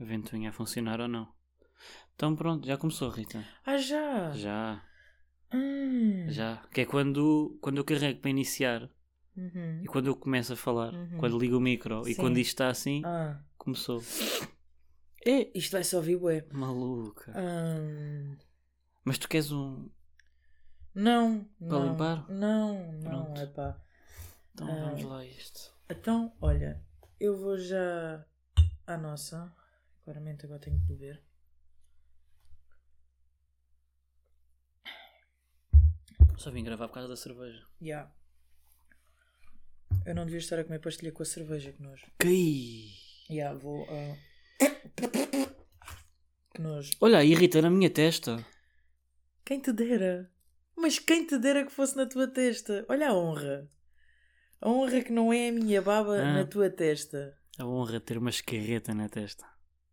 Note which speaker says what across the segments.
Speaker 1: a ventoinha a funcionar ou não. Então pronto, já começou, Rita.
Speaker 2: Ah, já!
Speaker 1: Já,
Speaker 2: Hum.
Speaker 1: já. Que é quando, quando eu carrego para iniciar
Speaker 2: Uhum.
Speaker 1: e quando eu começo a falar,
Speaker 2: Uhum.
Speaker 1: quando ligo o micro e
Speaker 2: Sim.
Speaker 1: quando isto está assim,
Speaker 2: Ah.
Speaker 1: começou.
Speaker 2: É, Ah. isto vai só ouvir, bué.
Speaker 1: Maluca.
Speaker 2: Hum.
Speaker 1: Mas tu queres um.
Speaker 2: Não, não.
Speaker 1: limpar?
Speaker 2: Não, não,
Speaker 1: Pronto.
Speaker 2: é pá.
Speaker 1: Então
Speaker 2: Ah.
Speaker 1: vamos lá a isto.
Speaker 2: Então, olha, eu vou já à nossa. Claramente agora tenho que beber.
Speaker 1: Só vim gravar por causa da cerveja.
Speaker 2: Já. Eu não devia estar a comer pastilha com a cerveja que nojo.
Speaker 1: Cai!
Speaker 2: Já, vou a. Que nojo.
Speaker 1: Olha aí, Rita, na minha testa.
Speaker 2: Quem te dera? Mas quem te dera que fosse na tua testa? Olha a honra. A honra que não é a minha baba
Speaker 1: Ah.
Speaker 2: na tua testa.
Speaker 1: A honra de ter É uma escarreta na testa.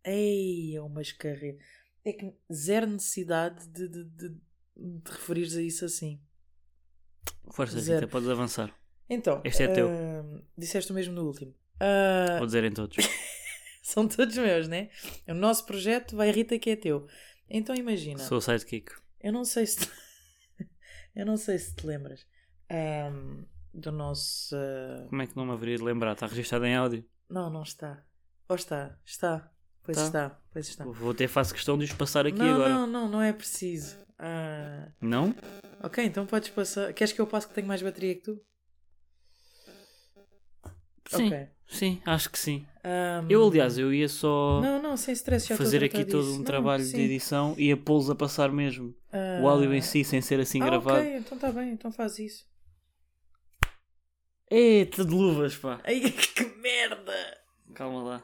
Speaker 2: Ei, é uma escarreta. É que zero necessidade de, de, de, de te referires a isso assim.
Speaker 1: Força, Rita,
Speaker 2: Zero.
Speaker 1: podes avançar.
Speaker 2: Então,
Speaker 1: Este é teu.
Speaker 2: ah, disseste o mesmo no último. Ah,
Speaker 1: Vou dizer em todos.
Speaker 2: são todos meus, né? É o nosso projeto, vai Rita que é teu. Então imagina.
Speaker 1: Sou o sidekick.
Speaker 2: Eu não sei se te... eu não sei se te lembras ahm, do nosso. ah,
Speaker 1: Como é que não me haveria de lembrar? Está registado em áudio.
Speaker 2: Não, não está. Ou está, está. Pois
Speaker 1: Tá.
Speaker 2: está, pois está.
Speaker 1: Vou ter faço questão de os passar aqui
Speaker 2: não,
Speaker 1: agora.
Speaker 2: não, não, não é preciso. Ah,
Speaker 1: Não?
Speaker 2: ok, então podes passar. Queres que eu passe que tenho mais bateria que tu?
Speaker 1: Sim,
Speaker 2: Ok.
Speaker 1: sim, acho que sim.
Speaker 2: Ahm,
Speaker 1: Eu, aliás, eu ia só
Speaker 2: Não, não, sem stress, já estou a
Speaker 1: fazer
Speaker 2: tratar
Speaker 1: aqui todo
Speaker 2: disso.
Speaker 1: um
Speaker 2: Não,
Speaker 1: trabalho
Speaker 2: sim.
Speaker 1: de edição e a pô-los a passar mesmo.
Speaker 2: Ah,
Speaker 1: O áudio em si, sem ser assim
Speaker 2: ah,
Speaker 1: gravado.
Speaker 2: Ok, então está bem, então faz isso.
Speaker 1: Eita, de luvas, pá.
Speaker 2: Ai, que merda!
Speaker 1: Calma lá.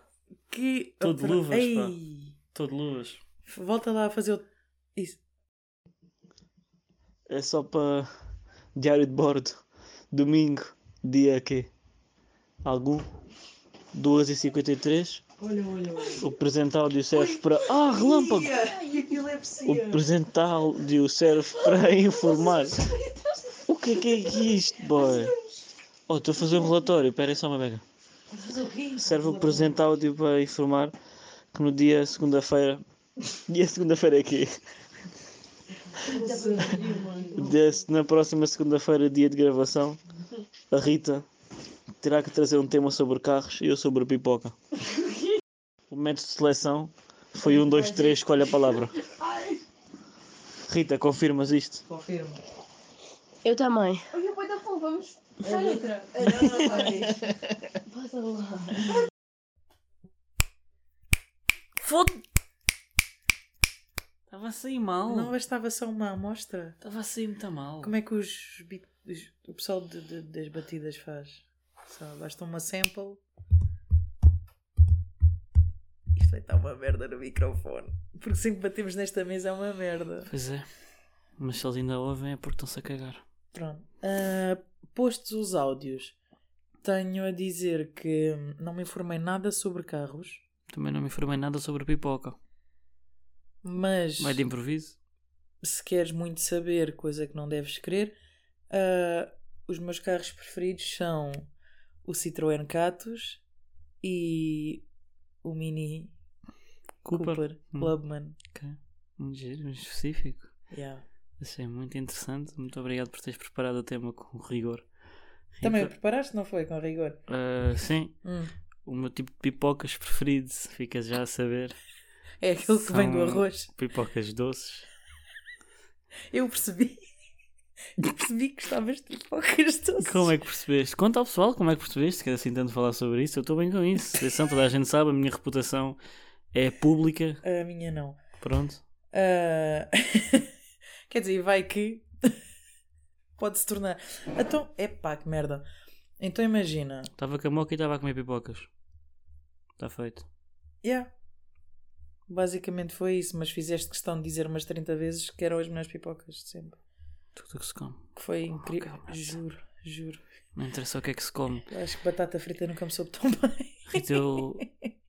Speaker 2: Que.
Speaker 1: Tô de luvas, pá.
Speaker 2: Ei,
Speaker 1: Estou de luvas.
Speaker 2: Volta lá a fazer o. Isso.
Speaker 1: É só para diário de bordo. Domingo, dia quê? Algum? 2h53.
Speaker 2: Olha, olha, olha.
Speaker 1: O presente áudio serve para. Ah, relâmpago!
Speaker 2: Ai, epilepsia!
Speaker 1: O presente áudio serve para informar. O que é que é isto, boy? Oh, estou a fazer um relatório, pera aí só uma beca. Serve o presente áudio para informar que no dia segunda-feira. Dia segunda-feira é quê? Desse- na próxima segunda-feira, dia de gravação, a Rita terá que trazer um tema sobre carros e eu sobre pipoca. O método de seleção foi 1, 2, 3, escolhe a palavra. Rita, confirmas isto?
Speaker 2: Confirmo.
Speaker 3: Eu também.
Speaker 4: Olha, boi da fome, vamos começar outra.
Speaker 3: Passa lá.
Speaker 1: Foda! Estava a sair mal.
Speaker 2: Não bastava só uma amostra?
Speaker 1: Estava a sair muito mal.
Speaker 2: Como é que os, bit- os- o pessoal de- de- das batidas faz? Só basta uma sample. Isto vai estar uma merda no microfone. Porque sempre batemos nesta mesa é uma merda.
Speaker 1: Pois é. Mas se eles ainda ouvem é porque estão-se a cagar.
Speaker 2: Pronto. Ah, postos os áudios, tenho a dizer que não me informei nada sobre carros,
Speaker 1: Também não me informei nada sobre pipoca.
Speaker 2: mas.
Speaker 1: Vai de improviso?
Speaker 2: se queres muito saber, coisa que não deves querer, ah, os meus carros preferidos são o Citroën Catos e o Mini
Speaker 1: Cooper.
Speaker 2: Cooper,
Speaker 1: Hum.
Speaker 2: Clubman.
Speaker 1: Ok. Um giro, um específico.
Speaker 2: Yeah.
Speaker 1: Achei muito interessante. Muito obrigado por teres preparado o tema com rigor. Rita.
Speaker 2: Também o preparaste, não foi? Com rigor.
Speaker 1: Ah, sim,
Speaker 2: Hum.
Speaker 1: o meu tipo de pipocas preferido, ficas já a saber.
Speaker 2: É aquele que vem do
Speaker 1: São-
Speaker 2: arroz.
Speaker 1: Pipocas doces.
Speaker 2: Eu percebi. Eu percebi que estavas de pipocas doces.
Speaker 1: Como é que percebeste? Conta ao pessoal como é que percebeste, que assim tanto falar sobre isso. Eu estou bem com isso. Atenção, toda a gente sabe, a minha reputação é pública.
Speaker 2: A minha não.
Speaker 1: Pronto.
Speaker 2: Ah, Quer dizer, vai que pode se tornar. Então, epá, que merda. Então imagina.
Speaker 1: Estava com a moca e estava a comer pipocas. Está feito.
Speaker 2: Yeah. Basicamente foi isso, mas fizeste questão de dizer umas 30 vezes que eram as melhores pipocas de sempre.
Speaker 1: Tudo o que se come.
Speaker 2: Que foi incrível.
Speaker 1: Ok, mas-
Speaker 2: juro, juro.
Speaker 1: Não interessa o que é que se come.
Speaker 2: Eu acho que batata frita nunca me soube tão bem.
Speaker 1: Rita, eu,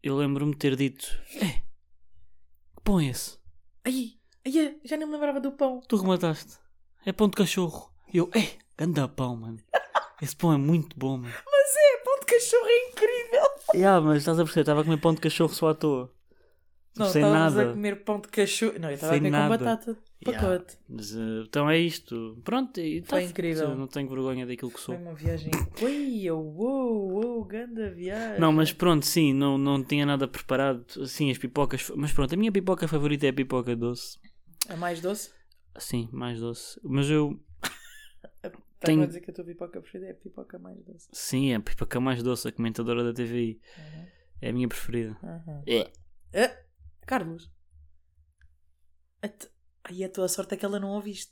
Speaker 1: eu lembro-me de ter dito: É, que pão é esse?
Speaker 2: Ai, ai, ai, já nem me lembrava do pão.
Speaker 1: Tu remataste. É pão de cachorro. E eu: É, ganda pão, mano. Esse pão é muito bom, mano.
Speaker 2: Mas é, pão de cachorro é incrível.
Speaker 1: Ah, mas estás a perceber, estava a comer pão de cachorro só à toa. Tipo, sem
Speaker 2: estávamos a
Speaker 1: nada.
Speaker 2: comer pão de cachorro. Não, eu estava a
Speaker 1: Sem
Speaker 2: comer
Speaker 1: nada.
Speaker 2: com batata. de
Speaker 1: Yeah.
Speaker 2: Pacote.
Speaker 1: Mas, eh, então é isto. Pronto, e tá
Speaker 2: Foi
Speaker 1: feito.
Speaker 2: incrível.
Speaker 1: Não tenho vergonha daquilo que
Speaker 2: Foi
Speaker 1: sou.
Speaker 2: uma viagem. Ui, uou, uou, ganda viagem.
Speaker 1: Não, mas pronto, sim, não, não tinha nada preparado. Sim, as pipocas. Mas pronto, a minha pipoca favorita é a pipoca doce.
Speaker 2: A É mais doce?
Speaker 1: Sim, mais doce. Mas eu.
Speaker 2: Estava
Speaker 1: Tenho-
Speaker 2: a Tá, dizer que a tua pipoca preferida é a pipoca mais doce.
Speaker 1: Sim, é a pipoca mais doce, a comentadora da TVI.
Speaker 2: Uhum.
Speaker 1: É a minha preferida.
Speaker 2: Uhum.
Speaker 1: É.
Speaker 2: Ah, Carlos. A t- Ai, a tua sorte é que ela não ouviste.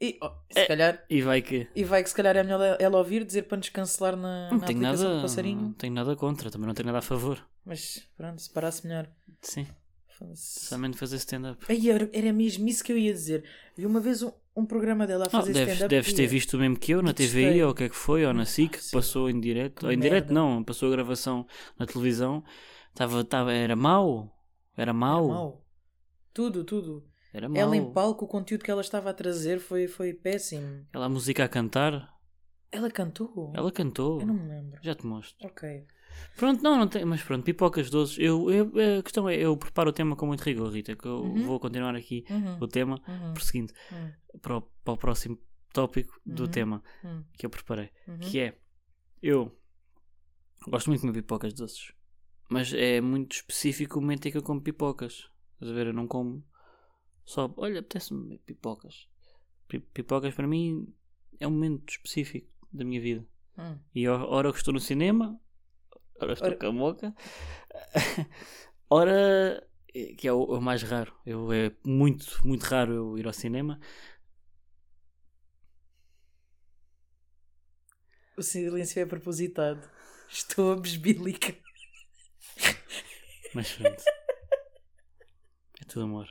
Speaker 2: E, oh, se
Speaker 1: É.
Speaker 2: calhar,
Speaker 1: E vai que.
Speaker 2: e vai que se calhar é melhor ela- ela ouvir dizer para nos cancelar na,
Speaker 1: Não
Speaker 2: na
Speaker 1: tenho
Speaker 2: aplicação
Speaker 1: nada.
Speaker 2: do passarinho.
Speaker 1: Não tenho nada contra, também não tenho nada a favor.
Speaker 2: Mas pronto, se parasse melhor.
Speaker 1: Sim,
Speaker 2: Foda-se.
Speaker 1: somente fazer stand-up.
Speaker 2: Ai, era, era mesmo isso que eu ia dizer. Vi uma vez um, um programa dela a
Speaker 1: Não,
Speaker 2: fazer
Speaker 1: Ah, deves,
Speaker 2: stand-up.
Speaker 1: deves
Speaker 2: e é,
Speaker 1: ter
Speaker 2: eu-
Speaker 1: visto o mesmo que eu na
Speaker 2: Detestei.
Speaker 1: TVI ou o que é que foi, ou na SIC, que
Speaker 2: sim.
Speaker 1: passou em direto.
Speaker 2: Que
Speaker 1: Ou em direto
Speaker 2: merda.
Speaker 1: não, passou a gravação na televisão. Tava, tava, era mau. Era
Speaker 2: Era
Speaker 1: mau.
Speaker 2: é mau. Tudo, tudo.
Speaker 1: Era mau.
Speaker 2: Ela em palco, o conteúdo que ela estava a trazer foi, foi péssimo.
Speaker 1: Ela a música a cantar.
Speaker 2: Ela cantou?
Speaker 1: Ela cantou.
Speaker 2: Eu não me lembro.
Speaker 1: Já te mostro.
Speaker 2: Ok.
Speaker 1: Pronto, não, não tem. Mas pronto, pipocas doces. Eu, eu- a questão é, eu preparo o tema com muito rigor, Rita, que eu
Speaker 2: Uhum.
Speaker 1: vou continuar aqui
Speaker 2: Uhum,
Speaker 1: o tema,
Speaker 2: uhum,
Speaker 1: prosseguindo
Speaker 2: uhum,
Speaker 1: para o, para o próximo tópico do
Speaker 2: Uhum.
Speaker 1: tema
Speaker 2: uhum,
Speaker 1: que eu preparei.
Speaker 2: uhum.
Speaker 1: Que é, eu gosto muito de comer pipocas doces, mas é muito específico o momento em que eu como pipocas. Estás a ver, eu não como só, olha, apetece-me comer pipocas. Pi- Pipocas para mim é um momento específico da minha vida.
Speaker 2: Hum.
Speaker 1: E a hora que estou no cinema, ora estou
Speaker 2: Ora-
Speaker 1: com a boca, ora que é o, é o mais raro. Eu, é muito, muito raro eu ir ao cinema.
Speaker 2: O silêncio é propositado. Estou a besbílica.
Speaker 1: Mas pronto. é tudo amor.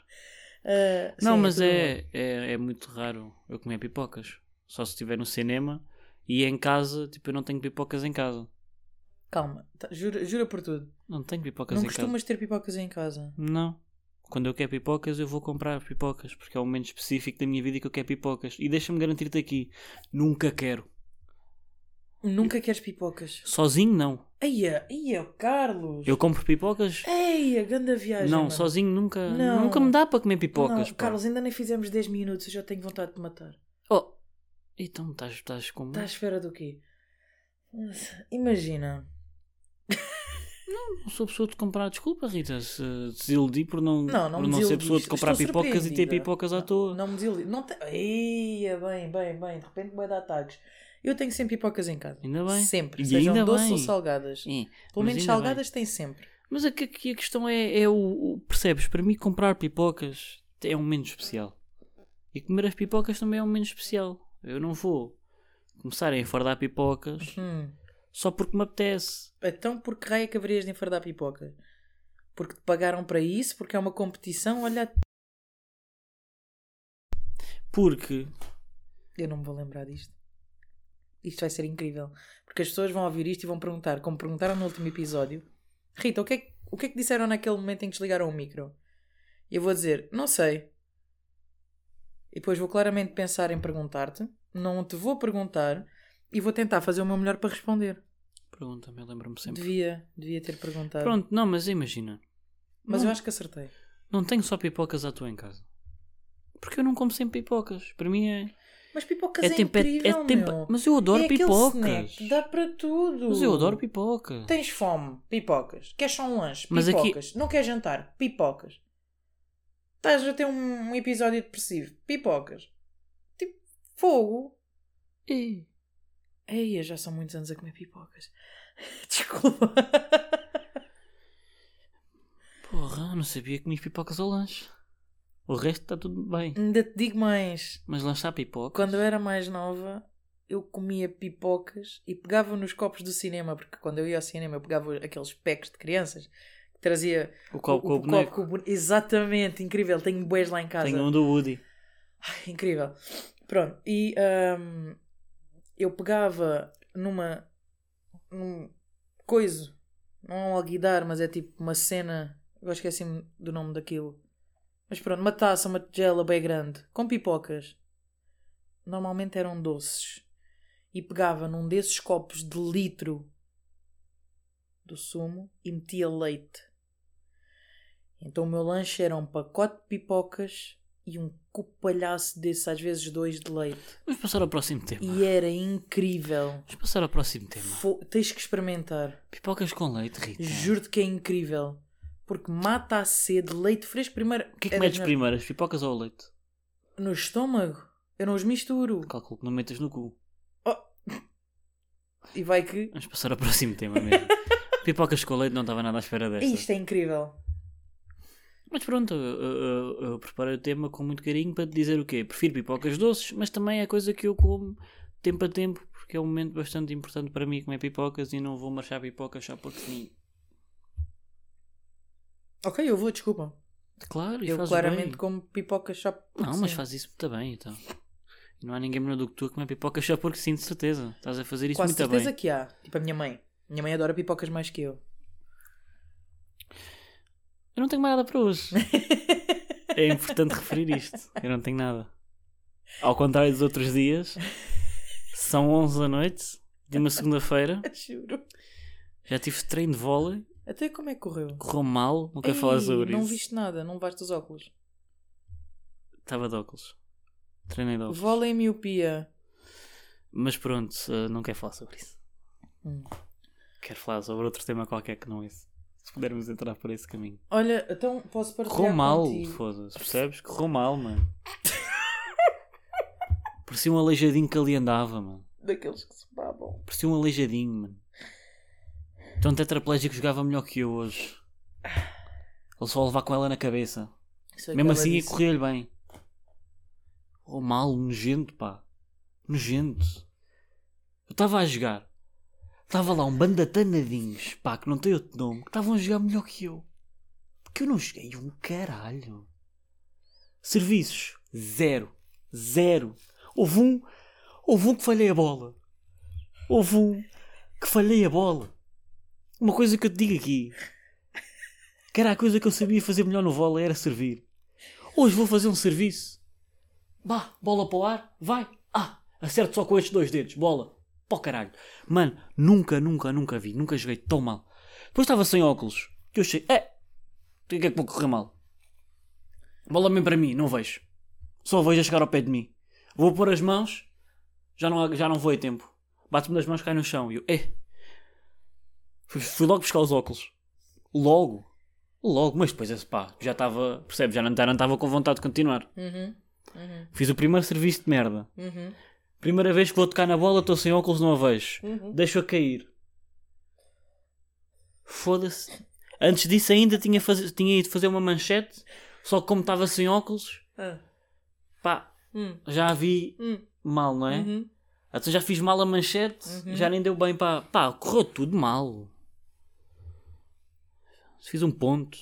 Speaker 2: Ah,
Speaker 1: Não,
Speaker 2: sim,
Speaker 1: mas
Speaker 2: tudo bem.
Speaker 1: é, é, é muito raro eu comer pipocas. Só se estiver no cinema e em casa, tipo, eu não tenho pipocas em casa.
Speaker 2: Calma, tá, jura, jura por tudo.
Speaker 1: Não tenho pipocas
Speaker 2: Não
Speaker 1: em casa.
Speaker 2: costumas ter pipocas em casa.
Speaker 1: Não. Quando eu quero pipocas, eu vou comprar pipocas, porque é o momento específico da minha vida que eu quero pipocas. E deixa-me garantir-te aqui, nunca quero.
Speaker 2: Nunca queres pipocas.
Speaker 1: Sozinho, não.
Speaker 2: Eia, eia, Carlos.
Speaker 1: Eu compro pipocas?
Speaker 2: Eia, ganda viagem.
Speaker 1: não,
Speaker 2: mano.
Speaker 1: sozinho nunca.
Speaker 2: É, Não.
Speaker 1: Nunca me dá para comer pipocas,
Speaker 2: Não,
Speaker 1: pá.
Speaker 2: Carlos, ainda nem fizemos 10 minutos, eu já tenho vontade de te matar.
Speaker 1: Oh. Então, estás, estás como...
Speaker 2: Está à espera do quê? Imagina.
Speaker 1: Não sou pessoa de comprar... Desculpa, Rita, se te desiludi por não,
Speaker 2: Não, não
Speaker 1: por
Speaker 2: me
Speaker 1: não ser
Speaker 2: desiludiste.
Speaker 1: pessoa de comprar
Speaker 2: Estou
Speaker 1: pipocas e ter
Speaker 2: surpreendida.
Speaker 1: pipocas à
Speaker 2: Não,
Speaker 1: toa.
Speaker 2: Não me desiludi. Não te... Ia, bem, bem, bem. De repente vai dar ataques. Eu tenho sempre pipocas em casa.
Speaker 1: Ainda bem.
Speaker 2: Sempre.
Speaker 1: E
Speaker 2: sejam
Speaker 1: ainda
Speaker 2: doces
Speaker 1: bem.
Speaker 2: ou salgadas.
Speaker 1: É,
Speaker 2: Pelo
Speaker 1: mas
Speaker 2: menos
Speaker 1: ainda bem.
Speaker 2: salgadas tem sempre.
Speaker 1: Mas aqui aqui a questão é, é o, o- Percebes? Para mim, comprar pipocas é um momento especial. E comer as pipocas também é um momento especial. Eu não vou começar a enfardar pipocas
Speaker 2: Hum.
Speaker 1: só porque me apetece.
Speaker 2: Então por que raio é que haverias de enfardar pipoca? Porque te pagaram para isso? Porque é uma competição? Olha...
Speaker 1: Porque.
Speaker 2: Eu não me vou lembrar disto. Isto vai ser incrível. Porque as pessoas vão ouvir isto e vão perguntar, como perguntaram no último episódio, Rita, o que é que, o que, é que disseram naquele momento em que desligaram o micro? E Eu vou dizer, não sei. E depois vou claramente pensar em perguntar-te, não te vou perguntar e vou tentar fazer o meu melhor para responder.
Speaker 1: Pergunta-me, eu lembro-me sempre.
Speaker 2: Devia, devia ter perguntado.
Speaker 1: Pronto, não, mas imagina.
Speaker 2: Mas
Speaker 1: não.
Speaker 2: eu acho que acertei.
Speaker 1: Não tenho só pipocas à tua em casa. Porque eu não como sempre pipocas. Para mim é.
Speaker 2: Mas pipocas
Speaker 1: é
Speaker 2: é,
Speaker 1: tempo- é- é
Speaker 2: incrível,
Speaker 1: tempo-
Speaker 2: meu.
Speaker 1: Mas eu adoro
Speaker 2: É aquele
Speaker 1: pipocas.
Speaker 2: snack, dá para tudo.
Speaker 1: Mas eu adoro pipocas.
Speaker 2: Tens fome, pipocas. Queres só um lanche,
Speaker 1: Mas aqui-
Speaker 2: pipocas. Não queres jantar, pipocas. Estás a ter um, um episódio depressivo, pipocas. Tipo, fogo.
Speaker 1: Ei,
Speaker 2: Ei, já são muitos anos a comer pipocas. Desculpa.
Speaker 1: Porra, eu não sabia que comi pipocas ao lanche. O resto está tudo bem.
Speaker 2: Ainda te digo mais.
Speaker 1: Mas lanchar pipoca.
Speaker 2: Quando é eu era mais nova, eu comia pipocas e pegava nos copos do cinema, porque quando eu ia ao cinema eu pegava aqueles packs de crianças que trazia
Speaker 1: O copo com o
Speaker 2: copo
Speaker 1: boneco.
Speaker 2: com o bone- Exatamente, incrível. Tenho boés lá em casa.
Speaker 1: Tenho um do Woody.
Speaker 2: Ai, incrível. Pronto, e hum, eu pegava numa. num coiso, não é um alguidar, mas é tipo uma cena. Agora esqueci-me é assim do nome daquilo. Mas pronto, uma taça, uma tigela bem grande, com pipocas. Normalmente eram doces. E pegava num desses copos de litro do sumo e metia leite. Então o meu lanche era um pacote de pipocas e um cupalhaço desses, às vezes dois de leite.
Speaker 1: Vamos passar ao próximo tema.
Speaker 2: E era incrível.
Speaker 1: Vamos passar ao próximo tema.
Speaker 2: Fo- Tens que experimentar.
Speaker 1: Pipocas com leite, Rita.
Speaker 2: Juro-te que é incrível. Porque mata a sede, leite fresco primeiro.
Speaker 1: O que é que
Speaker 2: era
Speaker 1: metes
Speaker 2: na-
Speaker 1: primeiro, as pipocas ou o leite?
Speaker 2: No estômago. Eu não os misturo.
Speaker 1: Cálculo que não metas no cu.
Speaker 2: E vai que.
Speaker 1: Vamos passar ao próximo tema mesmo. Pipocas com leite não estava nada à espera desta.
Speaker 2: Isto é incrível.
Speaker 1: Mas pronto, eu, eu- eu preparei o tema com muito carinho para te dizer o quê? Prefiro pipocas doces, mas também é coisa que eu como tempo a tempo, porque é um momento bastante importante para mim comer pipocas e não vou marchar pipocas só porque sim.
Speaker 2: Ok, eu vou, desculpa.
Speaker 1: Claro, e
Speaker 2: eu
Speaker 1: faz
Speaker 2: claramente
Speaker 1: bem.
Speaker 2: como pipoca só. porque
Speaker 1: Não, mas
Speaker 2: sim.
Speaker 1: faz isso muito bem, então. E Não há ninguém melhor do que tu a comer pipocas só porque sim, de certeza. Estás a fazer isso
Speaker 2: Quase
Speaker 1: muito
Speaker 2: certeza
Speaker 1: bem.
Speaker 2: que há. Tipo a minha mãe. Minha mãe adora pipocas mais que eu.
Speaker 1: Eu não tenho mais nada para hoje. é importante referir isto. Eu não tenho nada. Ao contrário dos outros dias, são 11 da noite, de uma segunda-feira.
Speaker 2: Juro.
Speaker 1: Já tive treino de vôlei,
Speaker 2: Até como é que correu?
Speaker 1: correu mal, não quero
Speaker 2: Ei,
Speaker 1: falar sobre
Speaker 2: não
Speaker 1: isso.
Speaker 2: viste nada, não levaste os óculos.
Speaker 1: Estava de óculos. Treinei de óculos.
Speaker 2: Vôlei e miopia.
Speaker 1: Mas pronto, eh, não quero falar sobre isso.
Speaker 2: Hum.
Speaker 1: Quero falar sobre outro tema qualquer que não esse. Se pudermos entrar por esse caminho.
Speaker 2: Olha, então posso partilhar
Speaker 1: Correu mal,
Speaker 2: contigo.
Speaker 1: foda-se, percebes? Correu mal, mano. Parecia um aleijadinho que ali andava, mano.
Speaker 2: Daqueles que se babam.
Speaker 1: Parecia um aleijadinho, mano. Então um tetraplégico jogava melhor que eu hoje. Ele só a levar com ela na cabeça.
Speaker 2: Isso é
Speaker 1: Mesmo
Speaker 2: que ela
Speaker 1: assim, ia
Speaker 2: disse.
Speaker 1: correr-lhe bem. Oh, mal, nojento, pá. Nojento. Eu estava a jogar. Estava lá um bando de atanadinhos, pá, que não tem outro nome, que estavam a jogar melhor que eu. Porque eu não joguei um caralho. Serviços, zero. Zero. Houve um, houve um que falhei a bola. Houve um que falhei a bola. Uma coisa que eu te digo aqui, que era a coisa que eu sabia fazer melhor no vôlei era servir. Hoje vou fazer um serviço. Bah, bola para o ar, vai. Ah, acerto só com estes dois dedos, bola. Pó caralho. Mano, nunca, nunca, nunca vi, nunca joguei tão mal. Depois estava sem óculos, que eu achei, é, o que é que vou correr mal? Bola mesmo para mim, não vejo. Só vejo a chegar ao pé de mim. Vou pôr as mãos, já não, já não vou a tempo. Bato-me nas mãos, cai no chão. E eu, é. Fui, fui logo buscar os óculos. Logo. Logo, mas depois esse pá, já estava, percebe, já não já não estava com vontade de continuar.
Speaker 2: Uhum. Uhum.
Speaker 1: Fiz o primeiro serviço de merda.
Speaker 2: Uhum.
Speaker 1: Primeira vez que vou tocar na bola, estou sem óculos, não a vejo.
Speaker 2: Uhum.
Speaker 1: Deixo-a cair. Foda-se. Antes disso ainda tinha, faz- tinha ido fazer uma manchete, só que como estava sem óculos,
Speaker 2: Ah.
Speaker 1: pá,
Speaker 2: Hum.
Speaker 1: já a vi
Speaker 2: Hum.
Speaker 1: mal, não é?
Speaker 2: Uhum.
Speaker 1: Então já fiz mal a manchete,
Speaker 2: Uhum.
Speaker 1: já nem deu bem para. Pá, correu tudo mal. Fiz um ponto.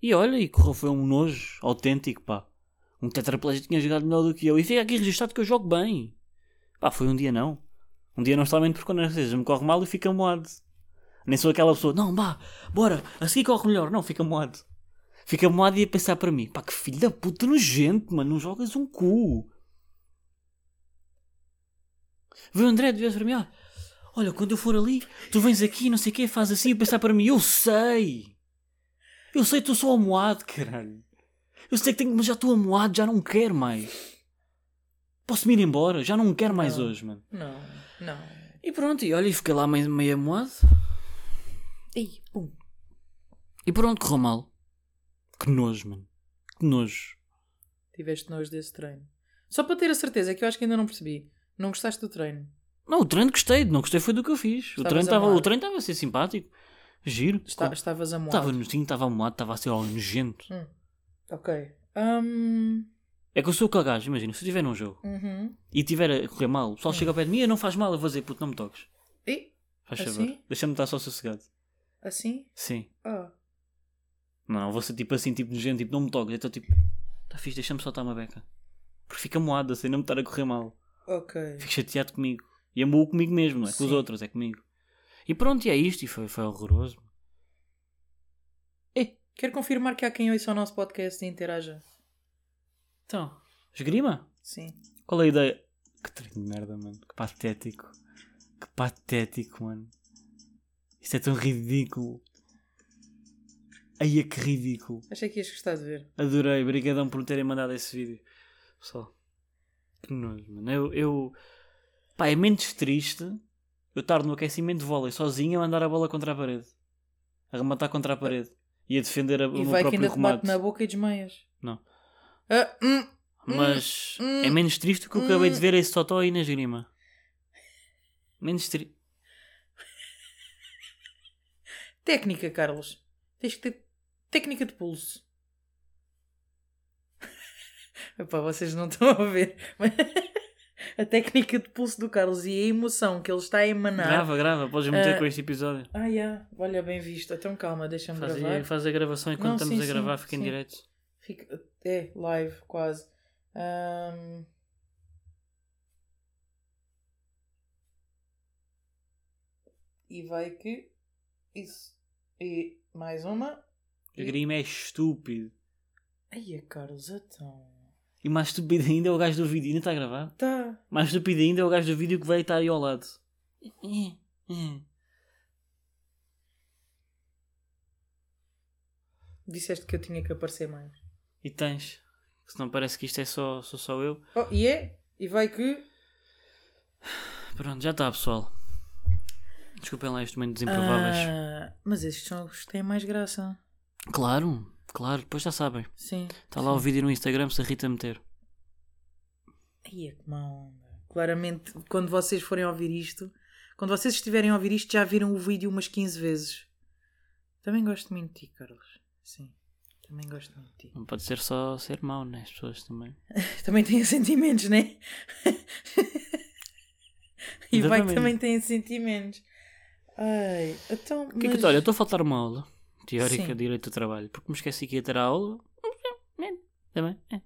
Speaker 1: E olha, e correu, foi um nojo autêntico, pá. Um tetraplégico tinha jogado melhor do que eu. E fica aqui registado que eu jogo bem. Pá, foi um dia não. Um dia não está bem porque quando às vezes me corre mal e fica moado. Nem sou aquela pessoa, não, pá, bora, a seguir corre melhor. Não, fica moado. Fica moado e a pensar para mim, pá, que filho da puta nojento, mano, não jogas um cu. Vê o André, devias para mim, ó. Olha, quando eu for ali, tu vens aqui, não sei o quê, faz assim e pensar para mim, eu sei. Eu sei que estou só amoado, caralho. Eu sei que tenho, mas já estou amoado, já não quero mais. Posso me ir embora, já não quero mais
Speaker 2: Não.
Speaker 1: hoje, mano.
Speaker 2: Não, não.
Speaker 1: E pronto, e olha, e fiquei lá meio, meio amoado.
Speaker 2: Ei, um, pum.
Speaker 1: E pronto, correu mal. Que nojo, mano. Que nojo.
Speaker 2: Tiveste nojo desse treino. Só para ter a certeza, é que eu acho que ainda não percebi. Não gostaste do treino.
Speaker 1: Não, o treino gostei, não gostei foi do que eu fiz. O
Speaker 2: Estavas
Speaker 1: treino estava
Speaker 2: amoado.
Speaker 1: o treino estava a ser simpático. Giro.
Speaker 2: Está- estavas a
Speaker 1: Estava
Speaker 2: moar.
Speaker 1: nojinho, estava amoado, estava a ser ó, nojento.
Speaker 2: Ok. Hum.
Speaker 1: É que eu sou aquele gajo, imagina, se eu estiver num jogo
Speaker 2: Uhum.
Speaker 1: e tiver a correr mal, o pessoal chega ao pé de mim e não faz mal, eu vou dizer, puto, não me toques.
Speaker 2: E
Speaker 1: Faz
Speaker 2: Assim?
Speaker 1: favor. Deixa-me estar só sossegado.
Speaker 2: assim?
Speaker 1: Sim.
Speaker 2: Ah.
Speaker 1: Não, vou ser tipo assim, tipo nojento, tipo, não me toques. Então tipo, está fixe, deixa-me só estar uma beca. Porque fica moado, assim, não me estar a correr mal.
Speaker 2: Ok.
Speaker 1: Fico chateado comigo. E amou comigo mesmo, não é com os
Speaker 2: Sim.
Speaker 1: outros, é comigo. E pronto, e é isto, e foi, foi horroroso.
Speaker 2: Quero confirmar que há quem ouça o nosso podcast e interaja.
Speaker 1: Então, esgrima?
Speaker 2: Sim.
Speaker 1: Qual é a ideia? Que treino de merda, mano. Que patético. Que patético, mano. Isto é tão ridículo. Aí é que ridículo.
Speaker 2: Achei que ias gostar de ver.
Speaker 1: Adorei, brigadão por me terem mandado esse vídeo. Pessoal, que nojo, mano. Eu, eu... Pá, é menos triste eu estar no aquecimento de vôlei sozinho a mandar a bola contra a parede. A rematar contra a parede. E a defender a, o
Speaker 2: e
Speaker 1: meu
Speaker 2: vai que
Speaker 1: próprio
Speaker 2: ainda te bate
Speaker 1: remate.
Speaker 2: na boca e desmaias.
Speaker 1: Não.
Speaker 2: Ah, hum,
Speaker 1: Mas
Speaker 2: hum,
Speaker 1: é menos triste que eu acabei de ver é esse Totó aí na Grima. Menos triste.
Speaker 2: Técnica, Carlos. Tens que ter técnica de pulso. Epá, vocês não estão a ver. mas a técnica de pulso do Carlos e a emoção que ele está a emanar.
Speaker 1: Grava, grava, podes meter
Speaker 2: Ah,
Speaker 1: com este episódio.
Speaker 2: Ah, já. Olha, bem visto. Então calma, deixa-me
Speaker 1: Faz,
Speaker 2: gravar.
Speaker 1: aí- faz a gravação enquanto
Speaker 2: Não,
Speaker 1: estamos
Speaker 2: sim,
Speaker 1: a gravar,
Speaker 2: sim,
Speaker 1: fica em
Speaker 2: sim.
Speaker 1: direto.
Speaker 2: Fica... É, live, quase. Ahm. E vai que. Isso. E mais uma. E-
Speaker 1: Grima é estúpido.
Speaker 2: Ai, a Carlos, então.
Speaker 1: E mais estúpido ainda é o gajo do vídeo. Ainda está a gravar?
Speaker 2: Tá.
Speaker 1: Mais estúpido ainda é o gajo do vídeo que vai estar aí ao lado.
Speaker 2: É, Disseste que eu tinha que aparecer mais.
Speaker 1: E tens. Se não parece que isto é só, sou só eu.
Speaker 2: Oh, e é? E vai que.
Speaker 1: Pronto, já está, pessoal. Desculpem lá estes momentos improváveis.
Speaker 2: Ah, mas estes são os que têm mais graça.
Speaker 1: Claro, claro, depois já sabem.
Speaker 2: Sim.
Speaker 1: Está lá o vídeo no Instagram se a Rita meter.
Speaker 2: Ai, é que má onda. Claramente, quando vocês forem ouvir isto, quando vocês estiverem a ouvir isto, já viram o vídeo umas 15 vezes. Também gosto muito de ti, Carlos. Sim, também gosto muito de ti.
Speaker 1: Não pode ser só ser mau, né? As pessoas também.
Speaker 2: Também têm sentimentos, né? e vai que
Speaker 1: Exatamente.
Speaker 2: também têm sentimentos. Ai, então.
Speaker 1: O que é que
Speaker 2: mas-
Speaker 1: tu- Olha, eu estou a faltar uma aula teórica
Speaker 2: Sim.
Speaker 1: de direito do trabalho porque me esqueci que ia ter a aula. Hum, Também. é.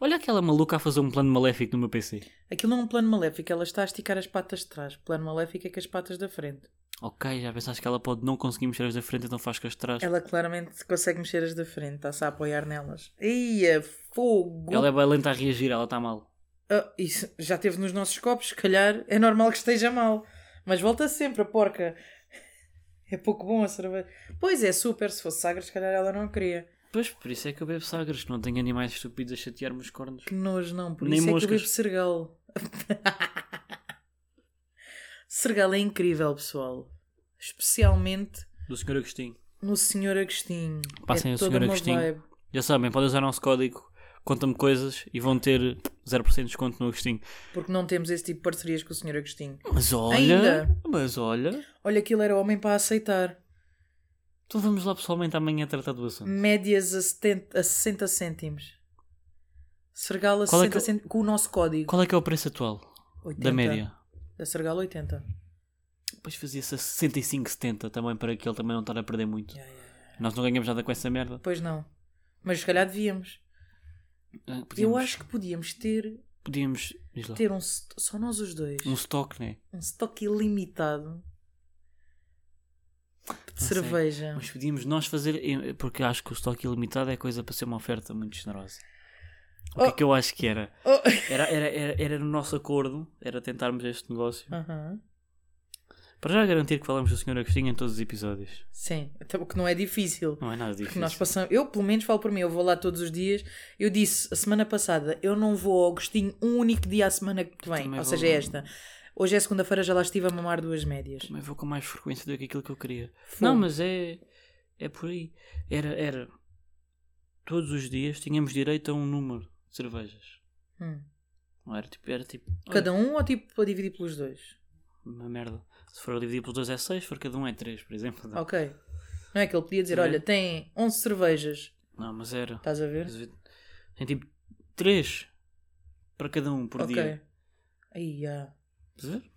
Speaker 1: Olha aquela maluca a fazer um plano maléfico no meu PC.
Speaker 2: Aquilo não é um plano maléfico, ela está a esticar as patas de trás. Plano maléfico é com as patas da frente.
Speaker 1: Ok, já pensaste que ela pode não conseguir mexer as da frente, então faz com as de trás. Ela,
Speaker 2: Ela claramente consegue mexer as da frente, está-se a apoiar nelas. Ia, fogo!
Speaker 1: é bem lenta a reagir, ela está mal.
Speaker 2: Ah, isso já teve nos nossos copos, se calhar é normal que esteja mal. Mas volta sempre a porca. É pouco bom a cerveja. Pois é, super. Se fosse sagra, se calhar ela não queria.
Speaker 1: Pois, por isso é que eu bebo sagres, que não tenho animais estúpidos a chatear-me os cornos.
Speaker 2: Que nojo, não. Por
Speaker 1: Nem
Speaker 2: isso é que eu
Speaker 1: moscas.
Speaker 2: bebo sergal. sergal é incrível, pessoal. Especialmente
Speaker 1: Do Sr. Agostinho.
Speaker 2: no Senhor Agostinho.
Speaker 1: Passem
Speaker 2: é
Speaker 1: ao
Speaker 2: toda
Speaker 1: Senhor
Speaker 2: uma
Speaker 1: Agostinho.
Speaker 2: vibe.
Speaker 1: Já sabem, podem usar o nosso código, conta-me coisas e vão ter 0% de desconto no Agostinho.
Speaker 2: Porque não temos esse tipo de parcerias com o Senhor Agostinho.
Speaker 1: Mas olha,
Speaker 2: Ainda?
Speaker 1: mas olha.
Speaker 2: Olha, aquilo era homem para aceitar.
Speaker 1: Então vamos lá pessoalmente amanhã tratar do assunto.
Speaker 2: Hum. médias a, 70, a 60 cêntimos. Sergal a
Speaker 1: Qual é
Speaker 2: 60
Speaker 1: que eu-
Speaker 2: cêntimos com o nosso código.
Speaker 1: Qual é que é o preço atual
Speaker 2: 80.
Speaker 1: da média?
Speaker 2: Da Sergal 80.
Speaker 1: Depois fazia-se a 65, 70 também para que ele também não estar a perder muito.
Speaker 2: Ya, ya, ya.
Speaker 1: Nós não ganhamos nada com essa merda.
Speaker 2: Pois não. Mas se calhar devíamos.
Speaker 1: Ah,
Speaker 2: Eu
Speaker 1: podíamos-
Speaker 2: acho que podíamos ter,
Speaker 1: Podíamos. diz lá,
Speaker 2: ter um st- só nós os dois.
Speaker 1: um stock, né?
Speaker 2: Um estoque ilimitado de
Speaker 1: sei.
Speaker 2: cerveja.
Speaker 1: Mas podíamos nós fazer, eh, porque acho que o estoque ilimitado é coisa para ser uma oferta muito generosa. O que é
Speaker 2: Oh.
Speaker 1: que eu acho que era?
Speaker 2: Oh.
Speaker 1: Era, era, era, era no nosso acordo, era tentarmos este negócio.
Speaker 2: Aham.
Speaker 1: Para já garantir que falamos do Sr. Agostinho em todos os episódios.
Speaker 2: Sim. Até o que não é difícil.
Speaker 1: Não é nada
Speaker 2: Porque
Speaker 1: difícil.
Speaker 2: nós passamos, eu pelo menos falo por mim, eu vou lá todos os dias. Eu disse a semana passada, eu não vou ao Agostinho um único dia à semana que vem,
Speaker 1: Também vou.
Speaker 2: ou seja, é esta. Hoje é segunda-feira, já lá estive a mamar duas médias.
Speaker 1: Também vou com mais frequência do que aquilo que eu queria.
Speaker 2: Fogo.
Speaker 1: Não, mas é. É por aí. Era, era. Todos os dias tínhamos direito a um número de cervejas.
Speaker 2: Hum.
Speaker 1: Não era tipo. Era tipo. olha,
Speaker 2: Cada um ou tipo para dividir pelos dois?
Speaker 1: Uma merda. Se for dividir pelos dois é 6, se for cada um é 3, por exemplo.
Speaker 2: Ok. Não é que ele podia dizer,
Speaker 1: Sim.
Speaker 2: olha, tem 11 cervejas,
Speaker 1: Não, mas era.
Speaker 2: estás a ver?
Speaker 1: Tem tipo 3 para cada um por
Speaker 2: Ok.
Speaker 1: dia.
Speaker 2: Aí, já.
Speaker 1: Estás a ver?